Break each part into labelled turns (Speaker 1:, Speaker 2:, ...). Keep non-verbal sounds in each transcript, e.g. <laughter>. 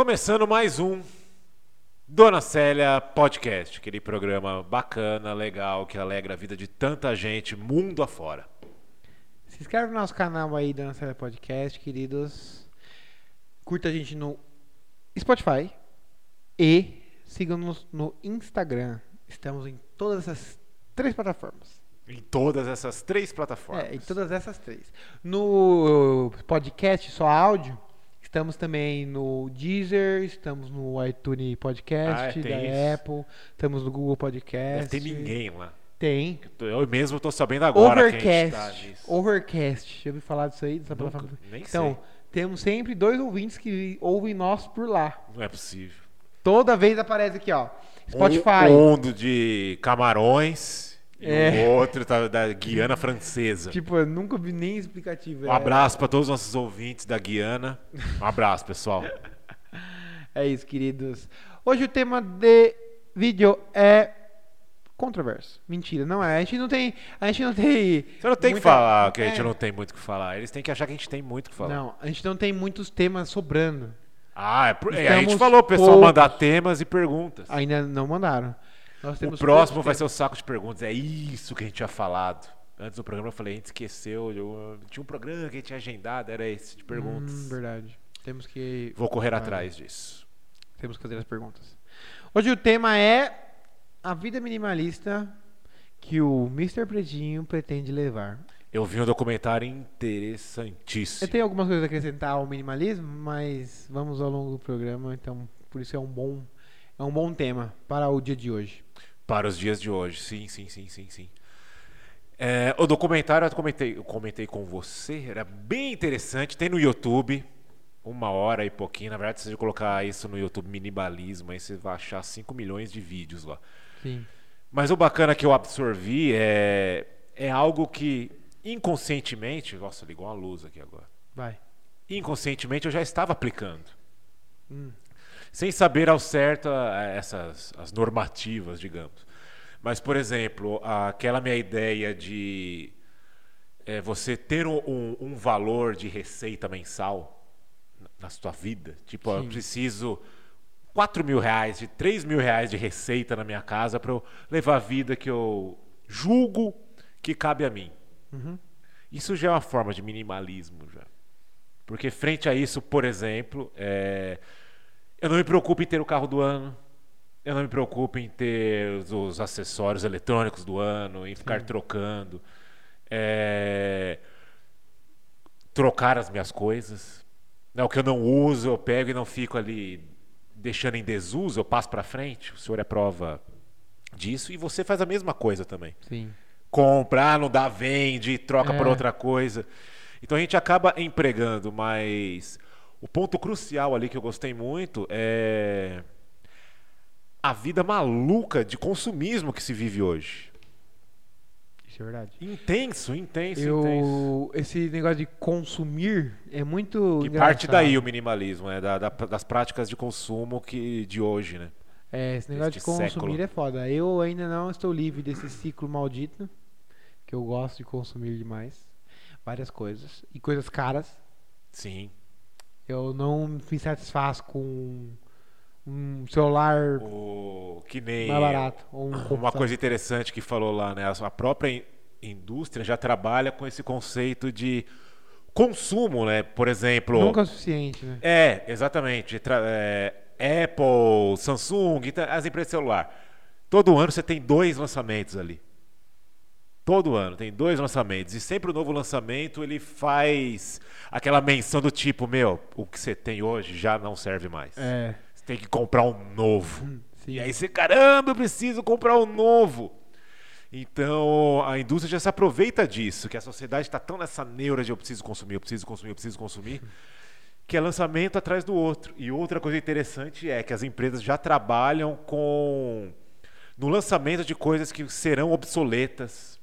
Speaker 1: Começando mais um Dona Célia Podcast, aquele programa bacana, legal, que alegra a vida de tanta gente mundo afora.
Speaker 2: Se inscreve no nosso canal aí, Dona Célia Podcast, queridos. Curta a gente no Spotify e sigam-nos no Instagram. Estamos em todas essas três plataformas.
Speaker 1: Em todas essas três plataformas.
Speaker 2: É, em todas essas três. No podcast, só áudio, estamos também no Deezer, estamos no iTunes Podcast,
Speaker 1: Ah, é,
Speaker 2: da
Speaker 1: tem isso.
Speaker 2: Apple, estamos no Google Podcast.
Speaker 1: Deve ter ninguém lá.
Speaker 2: Tem.
Speaker 1: Eu mesmo tô sabendo agora que a gente tá
Speaker 2: Overcast.
Speaker 1: nisso.
Speaker 2: Overcast. Já ouviu falar disso aí? Dessa
Speaker 1: Nunca,
Speaker 2: plataforma?
Speaker 1: nem
Speaker 2: Então, temos sempre dois ouvintes que ouvem nós por lá.
Speaker 1: Não é possível.
Speaker 2: Toda vez aparece aqui, ó. Spotify.
Speaker 1: Um, um do de Camarões e
Speaker 2: É.
Speaker 1: o outro tá da Guiana Francesa.
Speaker 2: Tipo, eu nunca vi nem explicativo.
Speaker 1: Um
Speaker 2: é-
Speaker 1: abraço para todos os nossos ouvintes da Guiana. Um abraço, pessoal.
Speaker 2: É, isso, queridos. Hoje o tema de vídeo é controverso. Mentira, não é. A gente não tem. A gente não tem.
Speaker 1: Você não tem que
Speaker 2: muita-
Speaker 1: falar que a gente
Speaker 2: É.
Speaker 1: não tem muito o que falar. Eles têm que achar que a gente tem muito o que falar.
Speaker 2: Não, a gente não tem muitos temas sobrando.
Speaker 1: Ah, é por- é, a
Speaker 2: Estamos
Speaker 1: gente falou, pessoal,
Speaker 2: poucos.
Speaker 1: mandar temas e perguntas.
Speaker 2: Ainda não mandaram. Nós
Speaker 1: O
Speaker 2: temos
Speaker 1: próximo
Speaker 2: poucos
Speaker 1: vai ser o saco de perguntas. É isso que a gente tinha falado. Antes do programa eu falei, a gente esqueceu. eu- tinha um programa que a gente tinha agendado, era esse de perguntas.
Speaker 2: Hum, verdade. Temos que.
Speaker 1: Vou correr
Speaker 2: Vai.
Speaker 1: atrás disso.
Speaker 2: Temos que fazer as perguntas. Hoje o tema é a vida minimalista que o Mr. Pretinho pretende levar.
Speaker 1: Eu vi um documentário interessantíssimo.
Speaker 2: Eu tenho algumas coisas a acrescentar ao minimalismo, mas vamos ao longo do programa, então por isso é um bom é um bom tema para o dia de hoje.
Speaker 1: Para os dias de hoje, sim, sim, sim, sim, sim. É, o documentário eu comentei, eu comentei com você, era bem interessante, tem no YouTube, uma hora e pouquinho. Na verdade, se você colocar isso no YouTube minimalismo, aí você vai achar 5 milhões de vídeos lá.
Speaker 2: Sim.
Speaker 1: Mas o bacana que eu absorvi é, é algo que inconscientemente. Nossa, ligou uma luz aqui agora.
Speaker 2: Vai.
Speaker 1: Inconscientemente eu já estava aplicando.
Speaker 2: Hum.
Speaker 1: Sem saber ao certo a- essas as normativas, digamos. Mas, por exemplo, aquela minha ideia de é, você ter um, um- um valor de receita mensal na- na sua vida. Tipo, ó, eu
Speaker 2: Sim.
Speaker 1: preciso 4 mil reais, de 3 mil reais de receita na minha casa para eu levar a vida que eu julgo que cabe a mim.
Speaker 2: Uhum.
Speaker 1: Isso já é uma forma de minimalismo já. Porque frente a isso, por exemplo, é, eu não me preocupo em ter o carro do ano. Eu não me preocupo em ter os, os acessórios eletrônicos do ano, em ficar trocando. É, trocar as minhas coisas. Né, o que eu não uso, eu pego e não fico ali deixando em desuso, eu passo para frente. O senhor é prova disso e você faz a mesma coisa também
Speaker 2: Sim.
Speaker 1: compra, ah, não dá, vende, troca por
Speaker 2: É.
Speaker 1: outra coisa. Então a gente acaba empregando, mas o ponto crucial ali que eu gostei muito é a vida maluca de consumismo que se vive hoje.
Speaker 2: Isso é verdade.
Speaker 1: Intenso, intenso, intenso.
Speaker 2: Eu esse negócio de consumir é muito
Speaker 1: Que
Speaker 2: engraçado.
Speaker 1: parte daí o minimalismo, né? Da- da- das práticas de consumo que, de hoje, né?
Speaker 2: É, esse negócio de
Speaker 1: deste
Speaker 2: consumir
Speaker 1: século.
Speaker 2: é foda. Eu ainda não estou livre desse ciclo maldito, que eu gosto de consumir demais. Várias coisas. E coisas caras.
Speaker 1: Sim.
Speaker 2: Eu não me satisfaço com um celular
Speaker 1: O, que nem
Speaker 2: mais barato. Ou um
Speaker 1: Uma
Speaker 2: computador.
Speaker 1: coisa interessante que falou lá, né? A própria in- indústria já trabalha com esse conceito de consumo, né? Por exemplo.
Speaker 2: Nunca é o suficiente, né?
Speaker 1: É, exatamente. Tra- é, Apple, Samsung, e ta- as empresas de celular. Todo ano você tem dois lançamentos ali. Todo ano tem dois lançamentos. E sempre o novo lançamento ele faz aquela menção do tipo: Meu, o que você tem hoje já não serve mais.
Speaker 2: É. Uhum.
Speaker 1: Você tem que comprar um novo.
Speaker 2: Sim.
Speaker 1: E aí você, caramba, eu preciso comprar um novo. Então a indústria já se aproveita disso, que a sociedade está tão nessa neura de eu preciso consumir, eu preciso consumir, eu preciso consumir, que é lançamento atrás do outro. E outra coisa interessante é que as empresas já trabalham com no lançamento de coisas que serão obsoletas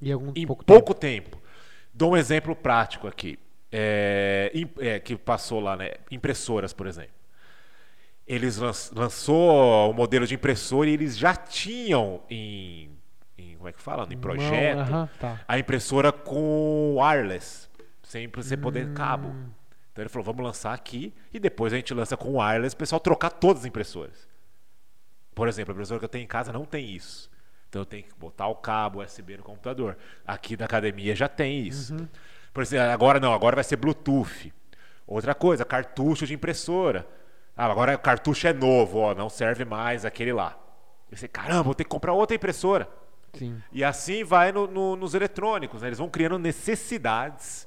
Speaker 2: E algum
Speaker 1: em um pouco,
Speaker 2: pouco, tempo.
Speaker 1: tempo. Dou um exemplo prático aqui, É, im- é, que passou lá, né? Impressoras, por exemplo. Eles lan- lançou o modelo de impressora e eles já tinham em, em- como é que fala, em projeto,
Speaker 2: Não, aham, tá.
Speaker 1: a impressora com wireless, sem você poder cabo. Então ele falou, vamos lançar aqui e depois a gente lança com o wireless, o pessoal trocar todas as impressoras. Por exemplo, a impressora que eu tenho em casa não tem isso. Então eu tenho que botar o cabo USB no computador. Aqui na academia já tem isso. Por exemplo, eh, agora não, agora vai ser Bluetooth. Outra coisa, cartucho de impressora. Ah, agora o cartucho é novo, ó, não serve mais aquele lá. Eu sei, caramba, vou ter que comprar outra impressora.
Speaker 2: Sim.
Speaker 1: E assim vai no- no- nos eletrônicos, né? Eles vão criando necessidades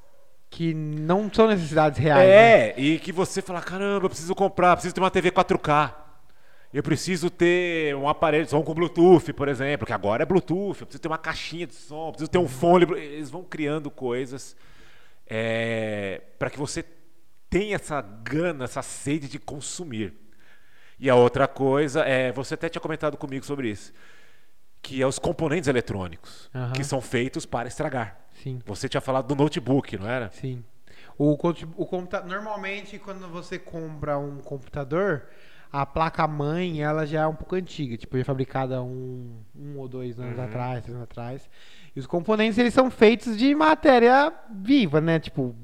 Speaker 2: Que não são necessidades reais. né?
Speaker 1: é, e que você fala, caramba, eu preciso comprar, preciso ter uma TV 4K. Eu preciso ter um aparelho de som com Bluetooth, por exemplo, que agora é Bluetooth, eu preciso ter uma caixinha de som, eu preciso ter um fone. Blu- Eles vão criando coisas para que você tenha essa gana, essa sede de consumir. E a outra coisa é, você até tinha comentado comigo sobre isso, que é os componentes eletrônicos,
Speaker 2: Aham.
Speaker 1: que são feitos para estragar.
Speaker 2: Sim,
Speaker 1: Você tinha falado do notebook, não era?
Speaker 2: sim. É. O, conti- o computa- Normalmente, quando você compra um computador, a placa-mãe ela já é um pouco antiga. Tipo, foi fabricada um, um ou dois
Speaker 1: Uhum.
Speaker 2: anos atrás, três anos atrás. E os componentes, eles são feitos de matéria viva, né? Tipo,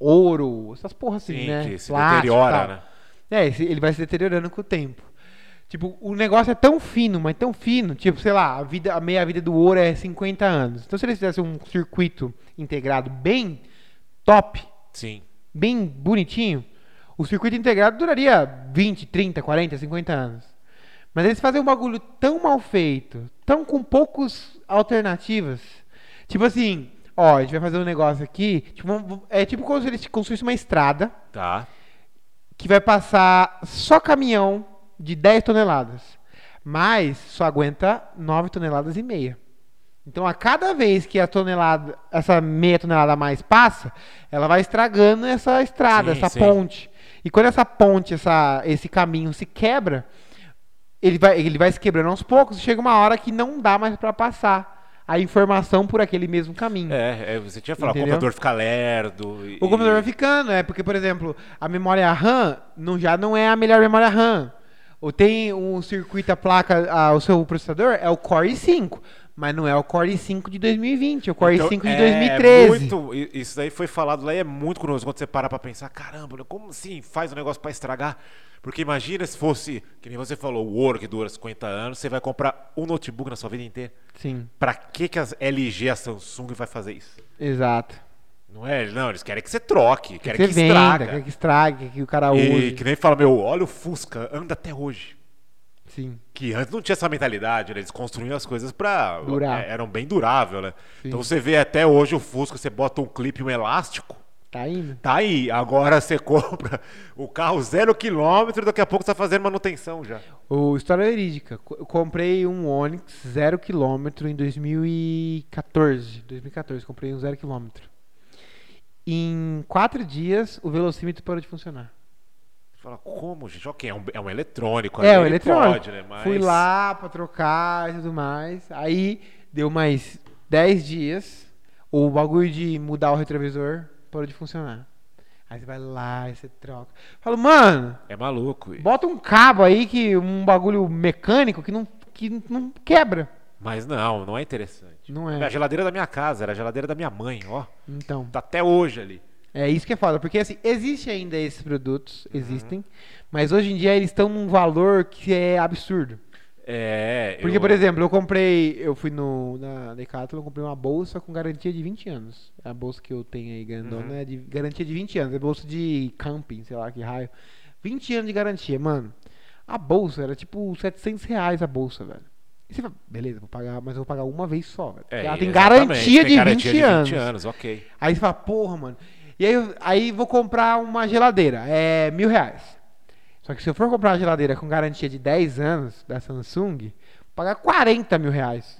Speaker 2: ouro, essas porras assim, né?
Speaker 1: que se
Speaker 2: Plástico e
Speaker 1: deteriora,
Speaker 2: tal.
Speaker 1: né?
Speaker 2: É, esse- ele vai se deteriorando com o tempo. Tipo, o negócio é tão fino, mas tão fino, tipo, sei lá, a, vida, a meia-vida do ouro é 50 anos. Então, se eles fizessem um circuito integrado bem top,
Speaker 1: Sim.
Speaker 2: bem bonitinho, o circuito integrado duraria 20, 30, 40, 50 anos. Mas eles fazem um bagulho tão mal feito, tão com poucas alternativas. Tipo assim, ó, a gente vai fazer um negócio aqui. tipo, vamos- é tipo como se eles construíssem uma estrada
Speaker 1: Tá.
Speaker 2: que vai passar só caminhão de 10 toneladas, mas só aguenta 9 toneladas e meia. Então a cada vez que a tonelada, essa meia tonelada a mais passa, ela vai estragando essa estrada,
Speaker 1: Sim,
Speaker 2: essa
Speaker 1: sim.
Speaker 2: ponte. E quando essa ponte, essa, esse caminho se quebra, ele vai, ele vai se quebrando aos poucos, chega uma hora que não dá mais para passar a informação por aquele mesmo caminho.
Speaker 1: É, é, você tinha falado, o
Speaker 2: Entendeu?
Speaker 1: computador fica lerdo. e-
Speaker 2: O computador vai ficando, é porque, por exemplo, a memória RAM não, já não é a melhor memória RAM. Ou tem um circuito, a placa, a- o seu processador é o Core i5, mas não é o Core i5 de 2020, é o Core
Speaker 1: Então,
Speaker 2: i5 de
Speaker 1: é
Speaker 2: 2013.
Speaker 1: muito- i- isso daí foi falado lá e é muito curioso quando você para pra pensar, caramba, como assim faz um negócio pra estragar? Porque imagina se fosse, que nem você falou, o ouro que dura 50 anos, você vai comprar um notebook na sua vida inteira.
Speaker 2: Sim,
Speaker 1: Pra que que as LG, a Samsung vai fazer isso?
Speaker 2: exato.
Speaker 1: Não é? Não, eles querem que você troque, querem
Speaker 2: Você
Speaker 1: que
Speaker 2: venda,
Speaker 1: estraga.
Speaker 2: quer que estrague, que o cara
Speaker 1: E
Speaker 2: use.
Speaker 1: que nem fala, meu, olha o Fusca, anda até hoje.
Speaker 2: Sim,
Speaker 1: que antes não tinha essa mentalidade, né? Eles construíam as coisas pra.
Speaker 2: Durar.
Speaker 1: é, eram bem durável, né?
Speaker 2: Sim.
Speaker 1: Então você vê até hoje o Fusca, você bota um clipe e um elástico,
Speaker 2: tá indo.
Speaker 1: tá aí. Agora você <laughs> compra o carro zero quilômetro, daqui a pouco você tá fazendo manutenção já.
Speaker 2: O história verídica. Co- Eu comprei um Onix 0 km em 2014. 2014, comprei um 0 km. Em quatro dias, o velocímetro parou de funcionar.
Speaker 1: Você fala, como, gente? Ok, é um, é um eletrônico.
Speaker 2: é,
Speaker 1: ali,
Speaker 2: o
Speaker 1: ele
Speaker 2: eletrônico.
Speaker 1: Pode, né? Mas...
Speaker 2: Fui lá pra trocar e tudo mais. Aí deu mais 10 dias. O bagulho de mudar o retrovisor parou de funcionar. Aí você vai lá e você troca. Falo, mano,
Speaker 1: É maluco. e-
Speaker 2: Bota um cabo aí que um bagulho mecânico que não, que não quebra.
Speaker 1: Mas não, não é interessante.
Speaker 2: Não
Speaker 1: É a
Speaker 2: é.
Speaker 1: geladeira da minha casa, era a geladeira da minha mãe, ó.
Speaker 2: Então,
Speaker 1: Tá até hoje ali.
Speaker 2: é isso que é foda, porque assim, existe ainda esses produtos, existem, mas hoje em dia eles estão num valor que é absurdo.
Speaker 1: É.
Speaker 2: Porque,
Speaker 1: eu-
Speaker 2: por exemplo, eu comprei, eu fui no, na Decathlon, eu comprei uma bolsa com garantia de 20 anos. A bolsa que eu tenho aí, grandona,
Speaker 1: Uhum.
Speaker 2: é de garantia de 20 anos, é bolsa de camping, sei lá que raio. 20 anos de garantia, mano. A bolsa era tipo 700 reais a bolsa, velho. E você fala, beleza, vou pagar, mas eu vou pagar uma vez só, velho.
Speaker 1: É,
Speaker 2: Ela tem
Speaker 1: exatamente,
Speaker 2: garantia,
Speaker 1: tem
Speaker 2: de,
Speaker 1: garantia
Speaker 2: 20
Speaker 1: de 20
Speaker 2: anos.
Speaker 1: anos, ok.
Speaker 2: Aí você fala, porra, mano. E aí, eu- aí vou comprar uma geladeira, é mil reais. Só que se eu for comprar uma geladeira com garantia de 10 anos da Samsung, vou pagar 40 mil reais.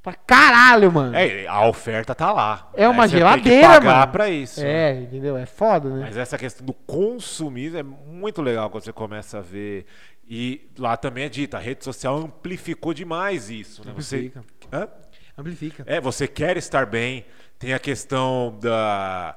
Speaker 2: Pra caralho, mano.
Speaker 1: É, a oferta tá lá.
Speaker 2: É uma
Speaker 1: Aí você tem que
Speaker 2: geladeira,
Speaker 1: pagar
Speaker 2: mano.
Speaker 1: pra isso. né?
Speaker 2: É, entendeu? É foda, né?
Speaker 1: Mas essa questão do consumismo é muito legal quando você começa a ver. E lá também é dito, a rede social amplificou demais isso. Né? Você,
Speaker 2: Amplifica.
Speaker 1: Hã?
Speaker 2: Amplifica.
Speaker 1: É, você quer estar bem, tem a questão da,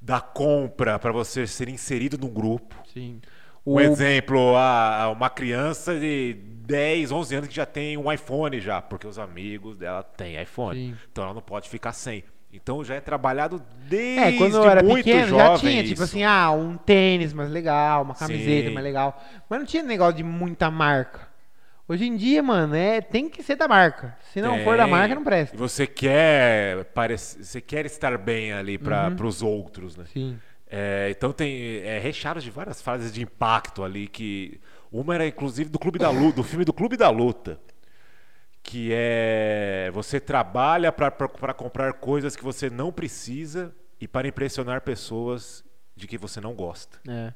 Speaker 1: da compra para você ser inserido num grupo.
Speaker 2: Sim.
Speaker 1: Um
Speaker 2: O-
Speaker 1: exemplo, a, uma criança de 10, 11 anos que já tem um iPhone já, porque os amigos dela têm iPhone.
Speaker 2: Sim.
Speaker 1: Então ela não pode ficar sem. Então já é trabalhado
Speaker 2: É,
Speaker 1: desde
Speaker 2: quando eu era
Speaker 1: muito
Speaker 2: pequeno
Speaker 1: jovem.
Speaker 2: já tinha, tipo
Speaker 1: isso.
Speaker 2: assim, ah, um tênis mais legal, uma camiseta
Speaker 1: Sim.
Speaker 2: mais legal. Mas não tinha negócio de muita marca. Hoje em dia, mano, é, tem que ser da marca. Se não for da
Speaker 1: Tem.
Speaker 2: marca, não presta.
Speaker 1: E Você quer parecer, você quer estar bem ali para
Speaker 2: Uhum.
Speaker 1: os outros, né?
Speaker 2: Sim.
Speaker 1: É, então tem é, recheados de várias frases de impacto ali que uma era inclusive do Clube da Luta, do filme do Clube da Luta, que é você trabalha para comprar coisas que você não precisa e para impressionar pessoas de que você não gosta.
Speaker 2: É.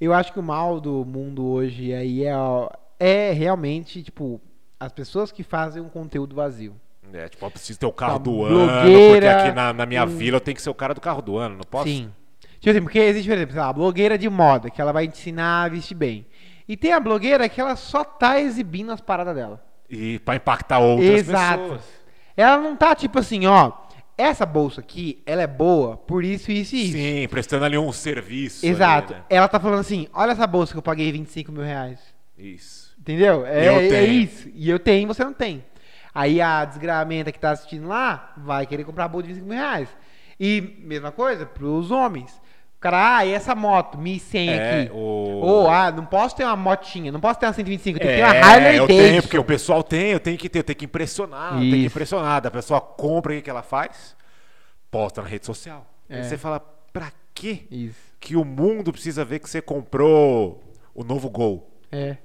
Speaker 2: Eu acho que o mal do mundo hoje aí é, ó, é realmente, tipo, as pessoas que fazem um conteúdo vazio.
Speaker 1: É, tipo, eu preciso ter o carro
Speaker 2: Uma
Speaker 1: do ano, porque
Speaker 2: blogueira,
Speaker 1: aqui na, na minha
Speaker 2: um-
Speaker 1: vila eu tenho que ser o cara do carro do ano, não posso?
Speaker 2: Sim. Tipo assim, porque existe, por exemplo, sei lá, a blogueira de moda, que ela vai te ensinar a vestir bem. E tem a blogueira que ela só tá exibindo as paradas dela.
Speaker 1: E para impactar outras
Speaker 2: Exato.
Speaker 1: pessoas.
Speaker 2: Ela não tá tipo assim, ó, essa bolsa aqui, ela é boa por isso, isso e isso.
Speaker 1: Sim, prestando ali um serviço. ali,
Speaker 2: Exato.
Speaker 1: né?
Speaker 2: Ela tá falando assim, olha essa bolsa que eu paguei 25 mil reais.
Speaker 1: Isso.
Speaker 2: Entendeu? É,
Speaker 1: Eu
Speaker 2: é
Speaker 1: tenho.
Speaker 2: isso. E eu tenho e você não tem. Aí a desgramenta que tá assistindo lá vai querer comprar a bolsa de 25 mil reais. E mesma coisa pros homens. O cara, ah, e essa moto, 1100
Speaker 1: É,
Speaker 2: aqui.
Speaker 1: o-
Speaker 2: Ou, ah, não posso ter uma motinha, não posso ter uma 125, eu tenho que ter uma
Speaker 1: É,
Speaker 2: Harley
Speaker 1: eu
Speaker 2: Davidson.
Speaker 1: tenho, porque o pessoal tem, eu tenho que ter, eu tenho que impressionar, eu tenho que
Speaker 2: Isso.
Speaker 1: impressionar. Daí A pessoa compra o que que ela faz, posta na rede social.
Speaker 2: É.
Speaker 1: Aí você fala, pra quê
Speaker 2: Isso.
Speaker 1: que o mundo precisa ver que você comprou o novo gol?
Speaker 2: É.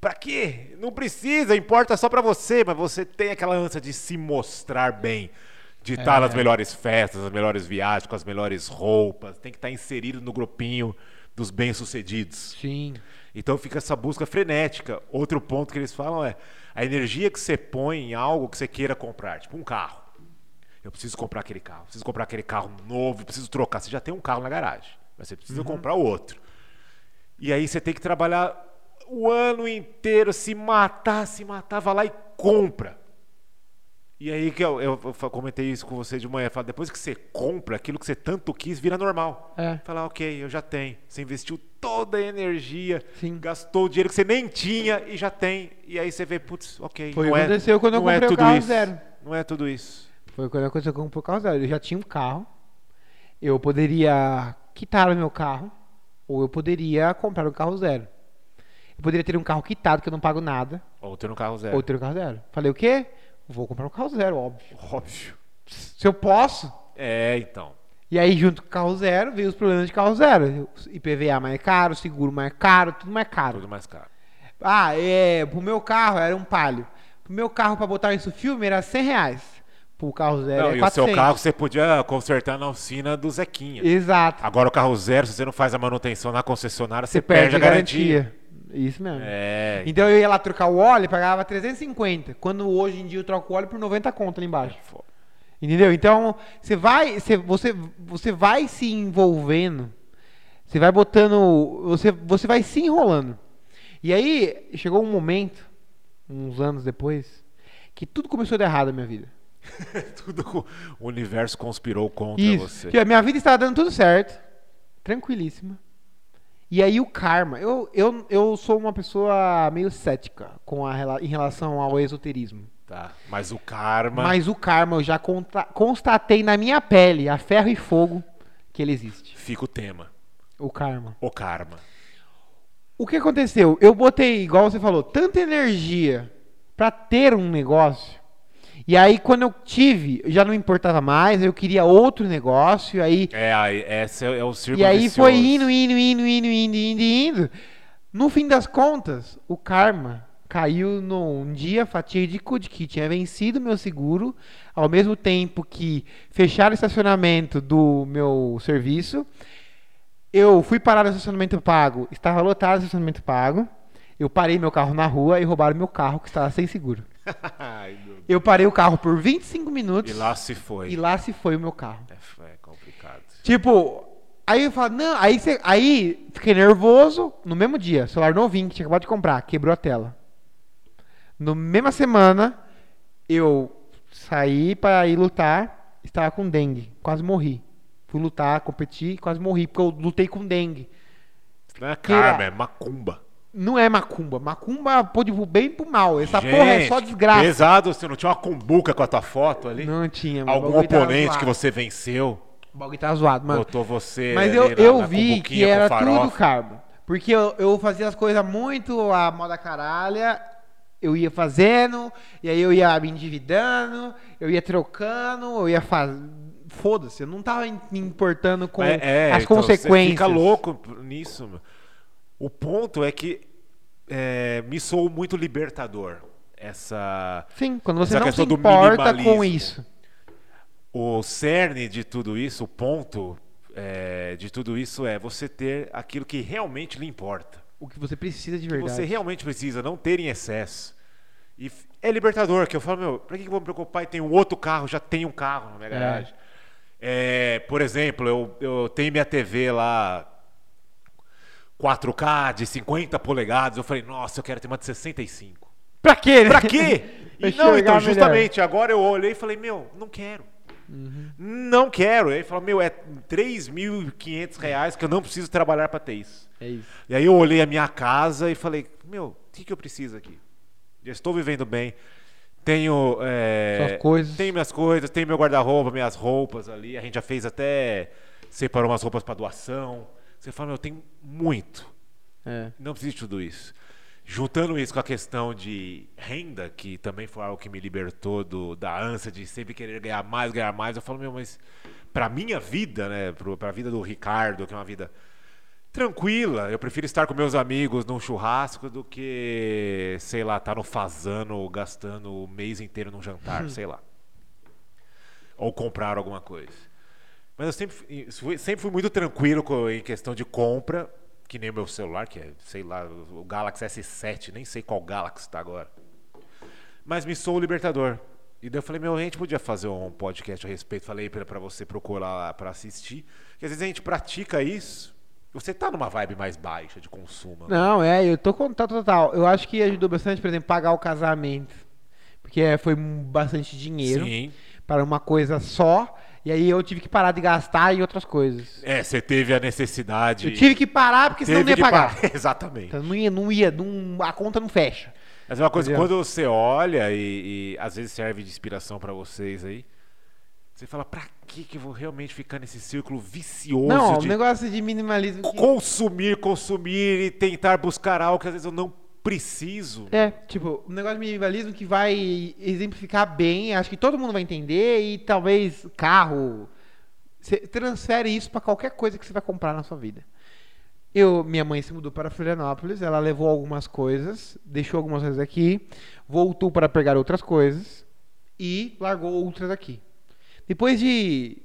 Speaker 1: Pra quê? Não precisa, importa só pra você, mas você tem aquela ânsia de se mostrar bem, de
Speaker 2: É.
Speaker 1: estar nas melhores festas, nas melhores viagens, com as melhores roupas, tem que estar inserido no grupinho dos bem-sucedidos.
Speaker 2: Sim.
Speaker 1: Então fica essa busca frenética. Outro ponto que eles falam é a energia que você põe em algo que você queira comprar, tipo um carro. Eu preciso comprar aquele carro, preciso comprar aquele carro novo, preciso trocar. Você já tem um carro na garagem, mas você precisa comprar outro. E aí você tem que trabalhar o ano inteiro, se matar, se matar, vai lá e compra. E aí que eu, eu fa- comentei isso com você de manhã, fala, depois que você compra aquilo que você tanto quis, vira normal.
Speaker 2: É.
Speaker 1: Falar, ok, eu já tenho. Você investiu toda a energia,
Speaker 2: Sim.
Speaker 1: gastou o dinheiro que você nem tinha e já tem. E aí você vê, putz, ok.
Speaker 2: Foi o
Speaker 1: não
Speaker 2: que
Speaker 1: é,
Speaker 2: aconteceu quando eu
Speaker 1: não é
Speaker 2: comprei o
Speaker 1: tudo
Speaker 2: carro
Speaker 1: isso.
Speaker 2: zero.
Speaker 1: Não é tudo isso.
Speaker 2: Foi quando aconteceu com por causa dela. Eu já tinha um carro. Eu poderia quitar o meu carro. Ou eu poderia comprar um carro zero. Eu poderia ter um carro quitado, que eu não pago nada.
Speaker 1: Ou ter um carro zero.
Speaker 2: Ou ter um carro zero. Falei, o quê? Vou comprar um carro zero, óbvio.
Speaker 1: Óbvio.
Speaker 2: Se eu posso.
Speaker 1: É, então.
Speaker 2: E aí, junto com o carro zero, veio os problemas de carro zero. IPVA mais caro, seguro mais caro, tudo mais caro.
Speaker 1: Tudo mais caro.
Speaker 2: Ah, é. Pro meu carro era um palio. Pro meu carro pra botar isso filme era 100 reais. Pro carro zero
Speaker 1: Não,
Speaker 2: é
Speaker 1: e
Speaker 2: 400.
Speaker 1: o seu carro você podia consertar na oficina do Zequinha.
Speaker 2: Exato.
Speaker 1: Agora o carro zero, se você não faz a manutenção na concessionária, você,
Speaker 2: Você perde a
Speaker 1: garantia.
Speaker 2: garantia. Isso mesmo.
Speaker 1: É.
Speaker 2: Então eu ia lá trocar o óleo e pagava 350. Quando hoje em dia eu troco o óleo por 90 conto ali embaixo.
Speaker 1: Fo-
Speaker 2: Entendeu? Então você vai, você, você, você vai se envolvendo. Você vai botando. Você, você vai se enrolando. E aí chegou um momento, uns anos depois, que tudo começou a dar errado na minha vida.
Speaker 1: <laughs> Tudo co- o universo conspirou contra
Speaker 2: Isso.
Speaker 1: você.
Speaker 2: Tipo, minha vida estava dando tudo certo. Tranquilíssima. E aí o karma. Eu, eu, eu sou uma pessoa meio cética com a, rela- em relação ao esoterismo.
Speaker 1: Tá. Mas o karma.
Speaker 2: Mas o karma eu já conta- constatei na minha pele, a ferro e fogo, que ele existe.
Speaker 1: Fica o tema.
Speaker 2: O karma.
Speaker 1: O karma.
Speaker 2: O que aconteceu? Eu botei, igual você falou, tanta energia pra ter um negócio. E aí quando eu tive, já não importava mais, eu queria outro negócio, aí
Speaker 1: É, aí, esse é, é o círculo
Speaker 2: E aí
Speaker 1: vicioso.
Speaker 2: foi indo, indo, indo, indo, indo, indo, indo. No fim das contas, o karma caiu num dia fatídico de que tinha vencido meu seguro, ao mesmo tempo que fecharam o estacionamento do meu serviço. Eu fui parar no estacionamento pago, estava lotado o estacionamento pago. Eu parei meu carro na rua e roubaram meu carro que estava sem seguro.
Speaker 1: Ai, meu Deus.
Speaker 2: Eu parei o carro por 25 minutos
Speaker 1: E lá se foi.
Speaker 2: e lá se foi o meu carro.
Speaker 1: É, f- é complicado.
Speaker 2: Tipo, aí eu falo, não, aí você. Aí fiquei nervoso no mesmo dia. Celular novinho que tinha acabado de comprar, quebrou a tela. No mesma semana, eu saí para ir lutar, estava com dengue, quase morri. Fui lutar, competi, quase morri, porque eu lutei com dengue.
Speaker 1: Isso não é
Speaker 2: Queira-
Speaker 1: karma, é macumba.
Speaker 2: Não é macumba. Macumba pode pro bem e pro mal. Essa porra é só desgraça.
Speaker 1: Pesado, você não tinha uma cumbuca com a tua foto ali?
Speaker 2: Não tinha. mas o
Speaker 1: Algum
Speaker 2: bagulho tava
Speaker 1: oponente
Speaker 2: zoado.
Speaker 1: que você venceu?
Speaker 2: O bagulho tava zoado, mano.
Speaker 1: Botou você.
Speaker 2: Mas
Speaker 1: ali
Speaker 2: eu,
Speaker 1: na-
Speaker 2: eu
Speaker 1: na
Speaker 2: vi que
Speaker 1: cumbuquinha com
Speaker 2: era
Speaker 1: farofa.
Speaker 2: tudo carbo. Porque eu, eu fazia as coisas muito à moda caralha. Eu ia fazendo, e aí eu ia me endividando, eu ia trocando, eu ia fazendo. Foda-se, eu não tava in- me importando com
Speaker 1: Mas é,
Speaker 2: as
Speaker 1: então,
Speaker 2: consequências.
Speaker 1: Você fica louco p- nisso. meu. O ponto é que é, me soou muito libertador. Essa.
Speaker 2: Sim, quando você
Speaker 1: Essa
Speaker 2: não se
Speaker 1: questão do
Speaker 2: importa com
Speaker 1: minimalismo.
Speaker 2: isso.
Speaker 1: O cerne de tudo isso, o ponto é, de tudo isso é você ter aquilo que realmente lhe importa.
Speaker 2: O que você precisa de
Speaker 1: que
Speaker 2: verdade.
Speaker 1: você realmente precisa, não ter em excesso. E f- é libertador, que eu falo, meu, pra que que eu vou me preocupar e tem um outro carro, já tem um carro na minha garagem. É, por exemplo, eu, eu tenho minha TV lá 4K de 50 polegadas, eu falei, nossa, eu quero ter uma de 65.
Speaker 2: Pra quê? né?
Speaker 1: Pra
Speaker 2: <laughs>
Speaker 1: quê? E não,
Speaker 2: Enxergar
Speaker 1: então,
Speaker 2: melhor.
Speaker 1: justamente, agora eu olhei e falei, meu, não quero.
Speaker 2: Uhum.
Speaker 1: Não quero. Aí ele falou, meu, é 3.500 reais que eu não preciso trabalhar pra ter isso.
Speaker 2: É isso.
Speaker 1: E aí eu olhei a minha casa e falei, meu, o que, que eu preciso aqui? Já estou vivendo bem. Tenho. é,
Speaker 2: Suas coisas.
Speaker 1: Tenho minhas coisas, tenho meu guarda-roupa, minhas roupas ali. A gente já fez até. Separou umas roupas para doação. Você fala, meu, eu tenho muito.
Speaker 2: É.
Speaker 1: Não preciso de tudo isso. Juntando isso com a questão de renda, que também foi algo que me libertou do, da ânsia de sempre querer ganhar mais, ganhar mais, eu falo, meu, mas pra minha vida, né? pro- Pra vida do Ricardo, que é uma vida tranquila, eu prefiro estar com meus amigos num churrasco do que, sei lá, estar no fazano gastando o mês inteiro num jantar, sei lá. Ou comprar alguma coisa. Mas eu sempre fui, fui- sempre fui muito tranquilo co- em questão de compra, que nem o meu celular, que é, sei lá, o Galaxy S7, nem sei qual Galaxy tá agora. Mas me sou o libertador. E daí eu falei, meu, a gente podia fazer um podcast a respeito. Falei pra pra você procurar lá pra assistir. Porque às vezes a gente pratica isso. Você tá numa vibe mais baixa de consumo. né?
Speaker 2: Não, é, eu tô com tá, total. Eu acho que ajudou bastante, por exemplo, pagar o casamento. Porque é, foi um- bastante dinheiro
Speaker 1: Sim.
Speaker 2: para uma coisa só. E aí eu tive que parar de gastar em outras coisas.
Speaker 1: É, você teve a necessidade.
Speaker 2: Eu tive que parar porque senão não ia
Speaker 1: que
Speaker 2: pagar.
Speaker 1: pagar. <laughs> Exatamente.
Speaker 2: Então, não ia, não ia, não- a conta não fecha.
Speaker 1: Mas é uma coisa,
Speaker 2: Entendeu?
Speaker 1: quando você olha e, e às vezes serve de inspiração pra vocês aí, você fala, pra que que eu vou realmente ficar nesse círculo vicioso
Speaker 2: não, ó, o
Speaker 1: de
Speaker 2: negócio de minimalismo. que-
Speaker 1: consumir, consumir e tentar buscar algo que às vezes eu não preciso?
Speaker 2: É, tipo, um negócio de minimalismo que vai exemplificar bem, acho que todo mundo vai entender e talvez carro. Você transfere isso pra qualquer coisa que você vai comprar na sua vida. Eu, minha mãe se mudou para Florianópolis, ela levou algumas coisas, deixou algumas coisas aqui, voltou para pegar outras coisas e largou outras aqui. Depois de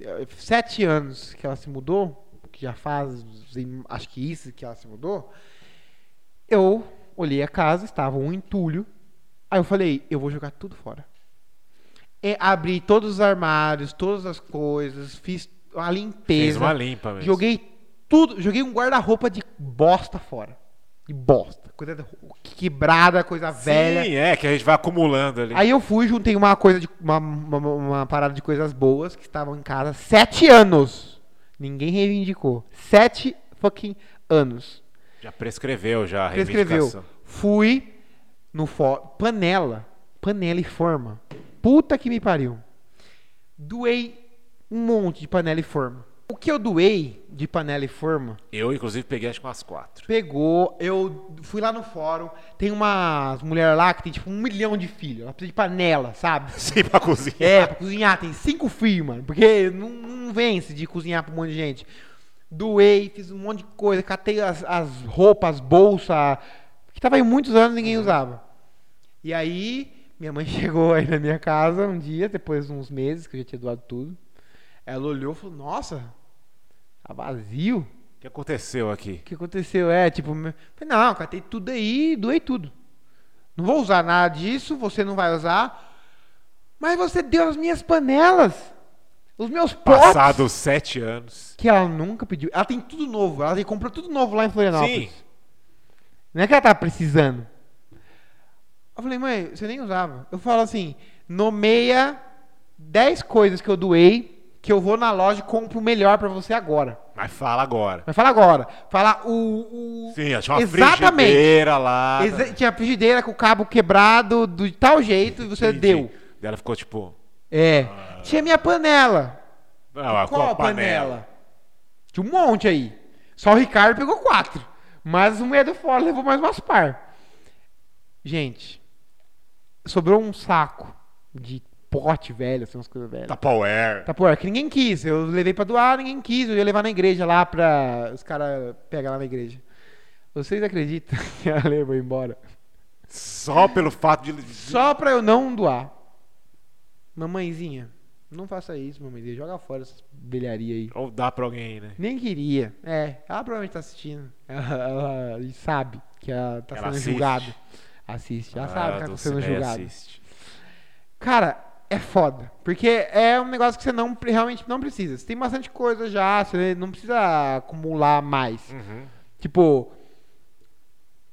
Speaker 2: eh, sete anos que ela se mudou, que já faz, assim, acho que isso que ela se mudou, eu olhei a casa, estava um entulho. Aí eu falei, eu vou jogar tudo fora. É, abri todos os armários, todas as coisas, fiz uma
Speaker 1: Fez
Speaker 2: limpeza.
Speaker 1: uma limpa mesmo.
Speaker 2: Joguei tudo, joguei um guarda-roupa de bosta fora. De bosta. Coisa de- quebrada, coisa velha.
Speaker 1: Sim, é, que a gente vai acumulando ali.
Speaker 2: Aí eu fui, juntei uma coisa de. Uma, uma, uma parada de coisas boas que estavam em casa sete anos. Ninguém reivindicou. Sete fucking anos.
Speaker 1: Já prescreveu, já a
Speaker 2: Prescreveu.
Speaker 1: reivindicação.
Speaker 2: Fui no fo... panela, panela e forma. Puta que me pariu. Doei um monte de panela e forma. O que eu doei de panela e forma
Speaker 1: Eu, inclusive, peguei acho que umas quatro. <laughs>
Speaker 2: Pegou, eu fui lá no fórum, tem umas mulher lá que tem tipo um milhão de filhos, ela precisa de panela, sabe?
Speaker 1: Sim, pra cozinhar.
Speaker 2: É, pra cozinhar, tem cinco filhos, mano, porque não, não vence de cozinhar pra um monte de gente. Doei, fiz um monte de coisa, catei as, as roupas, bolsa, que tava aí muitos anos ninguém usava. E aí, minha mãe <laughs> chegou aí na minha casa um dia, depois de uns meses que eu já tinha doado tudo. Ela olhou e falou: Nossa, tá vazio.
Speaker 1: O que aconteceu aqui?
Speaker 2: O que aconteceu? É, tipo, me- falei, não, catei tudo aí e doei tudo. Não vou usar nada disso, você não vai usar. Mas você deu as minhas panelas, os meus potes.
Speaker 1: Passados sete anos.
Speaker 2: Que ela nunca pediu. Ela tem tudo novo, ela comprou tudo novo lá em Florianópolis.
Speaker 1: Sim.
Speaker 2: Não é que ela tá precisando. Eu falei, mãe, você nem usava. Eu falo assim, nomeia 10 coisas que eu doei que eu vou na loja e compro o melhor pra você agora.
Speaker 1: Mas fala agora.
Speaker 2: Mas fala agora. Fala o. o-
Speaker 1: Sim, eu tinha uma
Speaker 2: Exatamente.
Speaker 1: frigideira lá. tá?
Speaker 2: Exa- Tinha frigideira com o cabo quebrado do de tal jeito e você
Speaker 1: Entendi.
Speaker 2: deu.
Speaker 1: Daí ela ficou tipo.
Speaker 2: É. Tinha minha panela.
Speaker 1: Ah,
Speaker 2: Qual a panela? Tinha um monte aí. Só o Ricardo pegou quatro. Mas um é do fora, levou mais umas par. Gente, sobrou um saco de pote velho, assim, umas coisas velhas.
Speaker 1: Tupperware.
Speaker 2: Tá porra, que ninguém quis. Eu levei pra doar, ninguém quis. Eu ia levar na igreja lá pra. Os caras pegam lá na igreja. Vocês acreditam <laughs> que a levou embora?
Speaker 1: Só pelo fato de.
Speaker 2: Só pra eu não doar. Mamãezinha, não faça isso, mamãezinha. Joga fora essas bilharia aí.
Speaker 1: Ou dá pra alguém, né?
Speaker 2: Nem queria. É, ela provavelmente tá assistindo. <laughs> Ela, ela sabe que ela tá
Speaker 1: Ela
Speaker 2: sendo
Speaker 1: assiste.
Speaker 2: julgada. Assiste, ela sabe que
Speaker 1: Ah,
Speaker 2: ela tá
Speaker 1: do
Speaker 2: sendo
Speaker 1: Cineia
Speaker 2: julgada.
Speaker 1: assiste.
Speaker 2: Cara, é foda. Porque é um negócio que você não, realmente não precisa. Você tem bastante coisa já, você não precisa acumular mais.
Speaker 1: Uhum.
Speaker 2: Tipo,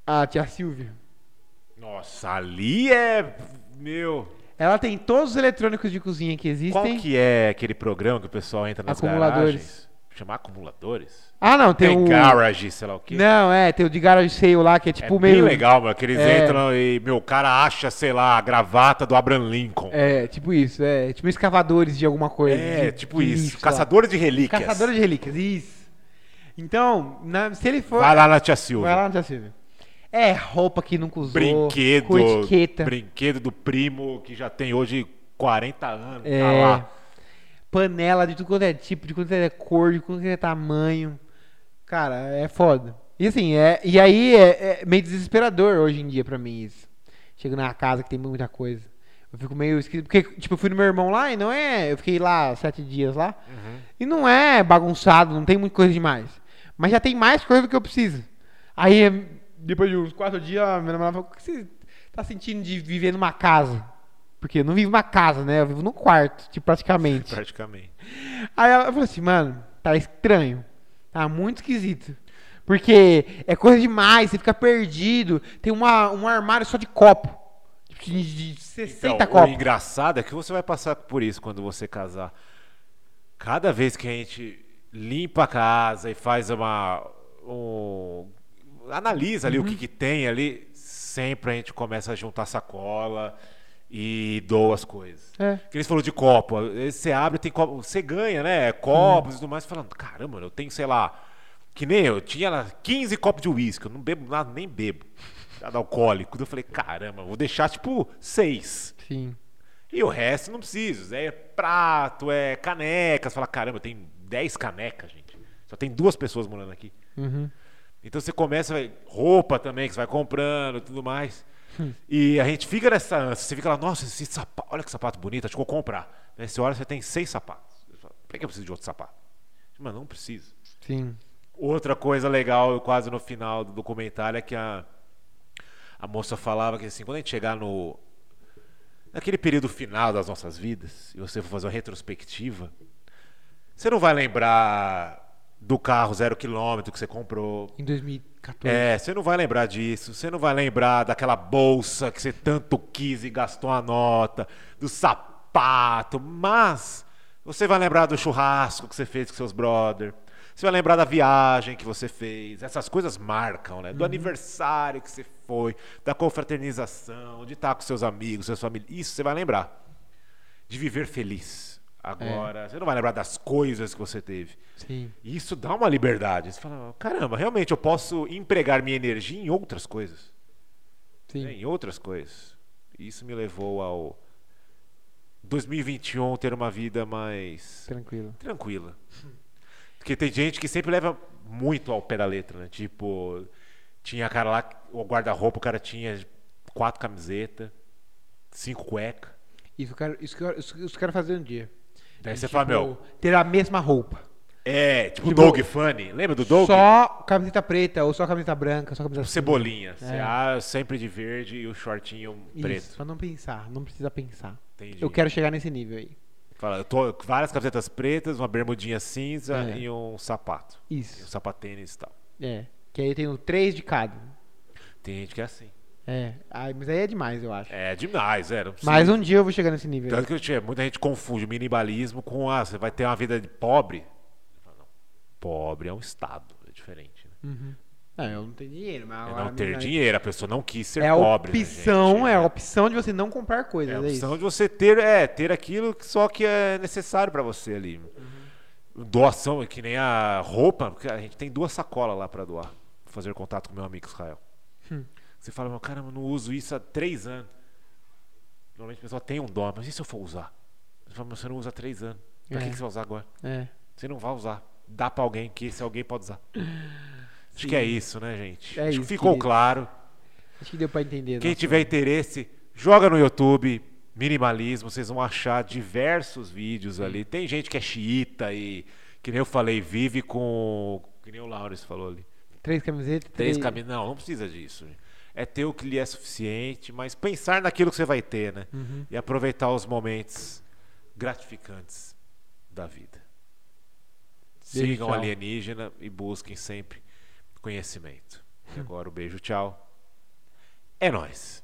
Speaker 2: a tia Silvia.
Speaker 1: Nossa, ali é. Meu.
Speaker 2: Ela tem todos os eletrônicos de cozinha que
Speaker 1: Qual
Speaker 2: existem.
Speaker 1: que é aquele programa que o pessoal entra nas
Speaker 2: Acumuladores.
Speaker 1: garagens? Chamar acumuladores?
Speaker 2: Ah, não, tem,
Speaker 1: Tem,
Speaker 2: o.
Speaker 1: garage, sei lá o quê.
Speaker 2: Não, é, tem o de garage sale lá, que é
Speaker 1: É
Speaker 2: tipo
Speaker 1: bem
Speaker 2: meio.
Speaker 1: legal, mano. Que eles
Speaker 2: É.
Speaker 1: entram e, meu, o cara acha, sei lá, a gravata do Abraham Lincoln. É,
Speaker 2: É, tipo isso, é. Tipo escavadores de alguma coisa. de-
Speaker 1: tipo
Speaker 2: de
Speaker 1: isso.
Speaker 2: lixo lá.
Speaker 1: Caçadores de relíquias.
Speaker 2: Caçador de relíquias, isso. Então, na- se ele for.
Speaker 1: Vai lá na Tia Silvia.
Speaker 2: Vai lá no Tia Silvia. É roupa que nunca usou.
Speaker 1: brinquedo.
Speaker 2: Com etiqueta.
Speaker 1: Brinquedo do primo que já tem hoje 40 anos.
Speaker 2: É.
Speaker 1: Tá lá.
Speaker 2: Panela de tudo quanto é tipo, de quanto é cor, de quanto é tamanho. Cara, é foda. E assim, é, e aí é, é meio desesperador hoje em dia pra mim isso. Chego na casa que tem muita coisa. Eu fico meio esquisito. Porque, tipo, eu fui no meu irmão lá e não é. Eu fiquei lá sete dias lá. E não é bagunçado, não tem muita coisa demais. Mas já tem mais coisa do que eu preciso. Aí, depois de uns quatro dias, a minha namorada falou: o que você tá sentindo de viver numa casa? Porque eu não vivo numa casa, né? Eu vivo num quarto,
Speaker 1: <laughs>
Speaker 2: tipo, praticamente.
Speaker 1: Praticamente.
Speaker 2: Aí ela falou assim, mano, tá estranho. Tá muito esquisito. Porque é coisa demais, você fica perdido. Tem uma, um armário só de copo. De de 60
Speaker 1: Então, o
Speaker 2: copos.
Speaker 1: engraçado é que você vai passar por isso quando você casar. Cada vez que a gente limpa a casa e faz uma. um- analisa ali o que, que tem ali, sempre a gente começa a juntar sacola e doa as coisas.
Speaker 2: É.
Speaker 1: Que eles falaram de copo. aí Você abre, tem copo. Você ganha, né? Copos e tudo mais. Falando, caramba, eu tenho, sei lá. Que nem eu, tinha lá 15 copos de uísque. Eu não bebo nada, nem bebo. Nada alcoólico. Eu falei, caramba, vou deixar tipo seis.
Speaker 2: Sim.
Speaker 1: E o resto não preciso. É prato, é caneca. Você fala, caramba, tem 10 canecas, gente. Só tem duas pessoas morando aqui.
Speaker 2: Uhum.
Speaker 1: Então você começa, vai- roupa também que você vai comprando e tudo mais. E a gente fica nessa ânsia. Você fica lá, nossa, esse sapato, olha que sapato bonito, acho que eu vou comprar. Nessa hora você tem seis sapatos. Você fala, Por que eu preciso de outro sapato? Mano, não preciso.
Speaker 2: Sim.
Speaker 1: Outra coisa legal, quase no final do documentário, é que a, a moça falava que assim, quando a gente chegar no. naquele período final das nossas vidas, e você for fazer uma retrospectiva, você não vai lembrar do carro zero quilômetro que você comprou.
Speaker 2: Em 2014.
Speaker 1: É, você não vai lembrar disso, você não vai lembrar daquela bolsa que você tanto quis e gastou a nota, do sapato, mas você vai lembrar do churrasco que você fez com seus brother, você vai lembrar da viagem que você fez, essas coisas marcam, né? Do aniversário que você foi, da confraternização, de estar com seus amigos, seus familiares, isso você vai lembrar. De viver feliz. Agora, você não vai lembrar das coisas que você teve.
Speaker 2: Sim.
Speaker 1: E isso dá uma liberdade. Você fala, caramba, realmente eu posso empregar minha energia em outras coisas.
Speaker 2: Sim.
Speaker 1: né? Em outras coisas. E Isso me levou ao 2021 ter uma vida mais
Speaker 2: Tranquilo.
Speaker 1: tranquila. Porque tem gente que sempre leva muito ao pé da letra, né? Tipo, tinha cara lá, o guarda-roupa, o cara tinha quatro camisetas, cinco cuecas.
Speaker 2: Isso eu quero, isso que eu, isso que eu quero fazer um dia.
Speaker 1: Daí
Speaker 2: E,
Speaker 1: você fala, meu,
Speaker 2: Ter a mesma roupa.
Speaker 1: é, tipo,
Speaker 2: Tipo,
Speaker 1: Doug Funny. Lembra do Doug? Tipo,
Speaker 2: Só camiseta preta, ou só camiseta branca, só camiseta
Speaker 1: Cebolinha.
Speaker 2: É.
Speaker 1: Ah, sempre de verde e o shortinho preto.
Speaker 2: Isso, pra não pensar, não precisa pensar.
Speaker 1: Entendi.
Speaker 2: Eu quero chegar nesse nível aí.
Speaker 1: Fala, eu tô com várias camisetas pretas, uma bermudinha cinza
Speaker 2: É.
Speaker 1: e um sapato. E um
Speaker 2: Isso.
Speaker 1: sapatênis e tal.
Speaker 2: É. Que aí eu tenho três de cada.
Speaker 1: Tem gente que é assim.
Speaker 2: É. Ai, mas aí é demais, eu acho.
Speaker 1: É demais, é. Não precisa.
Speaker 2: Mas um dia eu vou chegar nesse nível.
Speaker 1: Tanto que eu tinha, muita gente confunde o minimalismo com ah, você vai ter uma vida de pobre. Eu falo, não. Pobre é um estado, é diferente. né?
Speaker 2: Uhum. Não, eu não tenho dinheiro, mas
Speaker 1: É
Speaker 2: agora
Speaker 1: não
Speaker 2: me-
Speaker 1: ter dinheiro, a pessoa não quis ser
Speaker 2: É a
Speaker 1: pobre. né,
Speaker 2: opção,
Speaker 1: gente?
Speaker 2: é a opção de você não comprar coisas,
Speaker 1: É a
Speaker 2: é, isso.
Speaker 1: opção de você ter, é, ter aquilo que só que é necessário pra você ali.
Speaker 2: Uhum.
Speaker 1: Doação é que nem a roupa, porque a gente tem duas sacolas lá pra doar. Vou fazer contato com meu amigo Israel.
Speaker 2: Hum.
Speaker 1: Você fala, meu caramba, eu não uso isso há três anos. Normalmente o pessoal tem um dó, mas e se eu for usar? Você fala, mas você não usa há três anos. Pra
Speaker 2: É.
Speaker 1: que que você vai usar agora?
Speaker 2: É.
Speaker 1: Você não vai usar. Dá pra alguém que esse alguém pode usar. Acho que é isso, né, gente?
Speaker 2: É
Speaker 1: Acho
Speaker 2: isso,
Speaker 1: que ficou
Speaker 2: querido.
Speaker 1: claro.
Speaker 2: Acho que deu pra entender.
Speaker 1: Quem
Speaker 2: nossa.
Speaker 1: tiver interesse, joga no YouTube minimalismo, vocês vão achar diversos vídeos ali. Tem gente que é xiita e, que nem eu falei, vive com. Que nem o Laurence falou ali.
Speaker 2: Três camisetas.
Speaker 1: Três
Speaker 2: três-
Speaker 1: caminhos. Não, não precisa disso. gente. É ter o que lhe é suficiente, mas pensar naquilo que você vai ter, né?
Speaker 2: Uhum.
Speaker 1: E aproveitar os momentos gratificantes da vida.
Speaker 2: Beijo,
Speaker 1: Sigam
Speaker 2: tchau.
Speaker 1: alienígena e busquem sempre
Speaker 2: Hum.
Speaker 1: conhecimento. E agora o beijo, tchau. É nóis.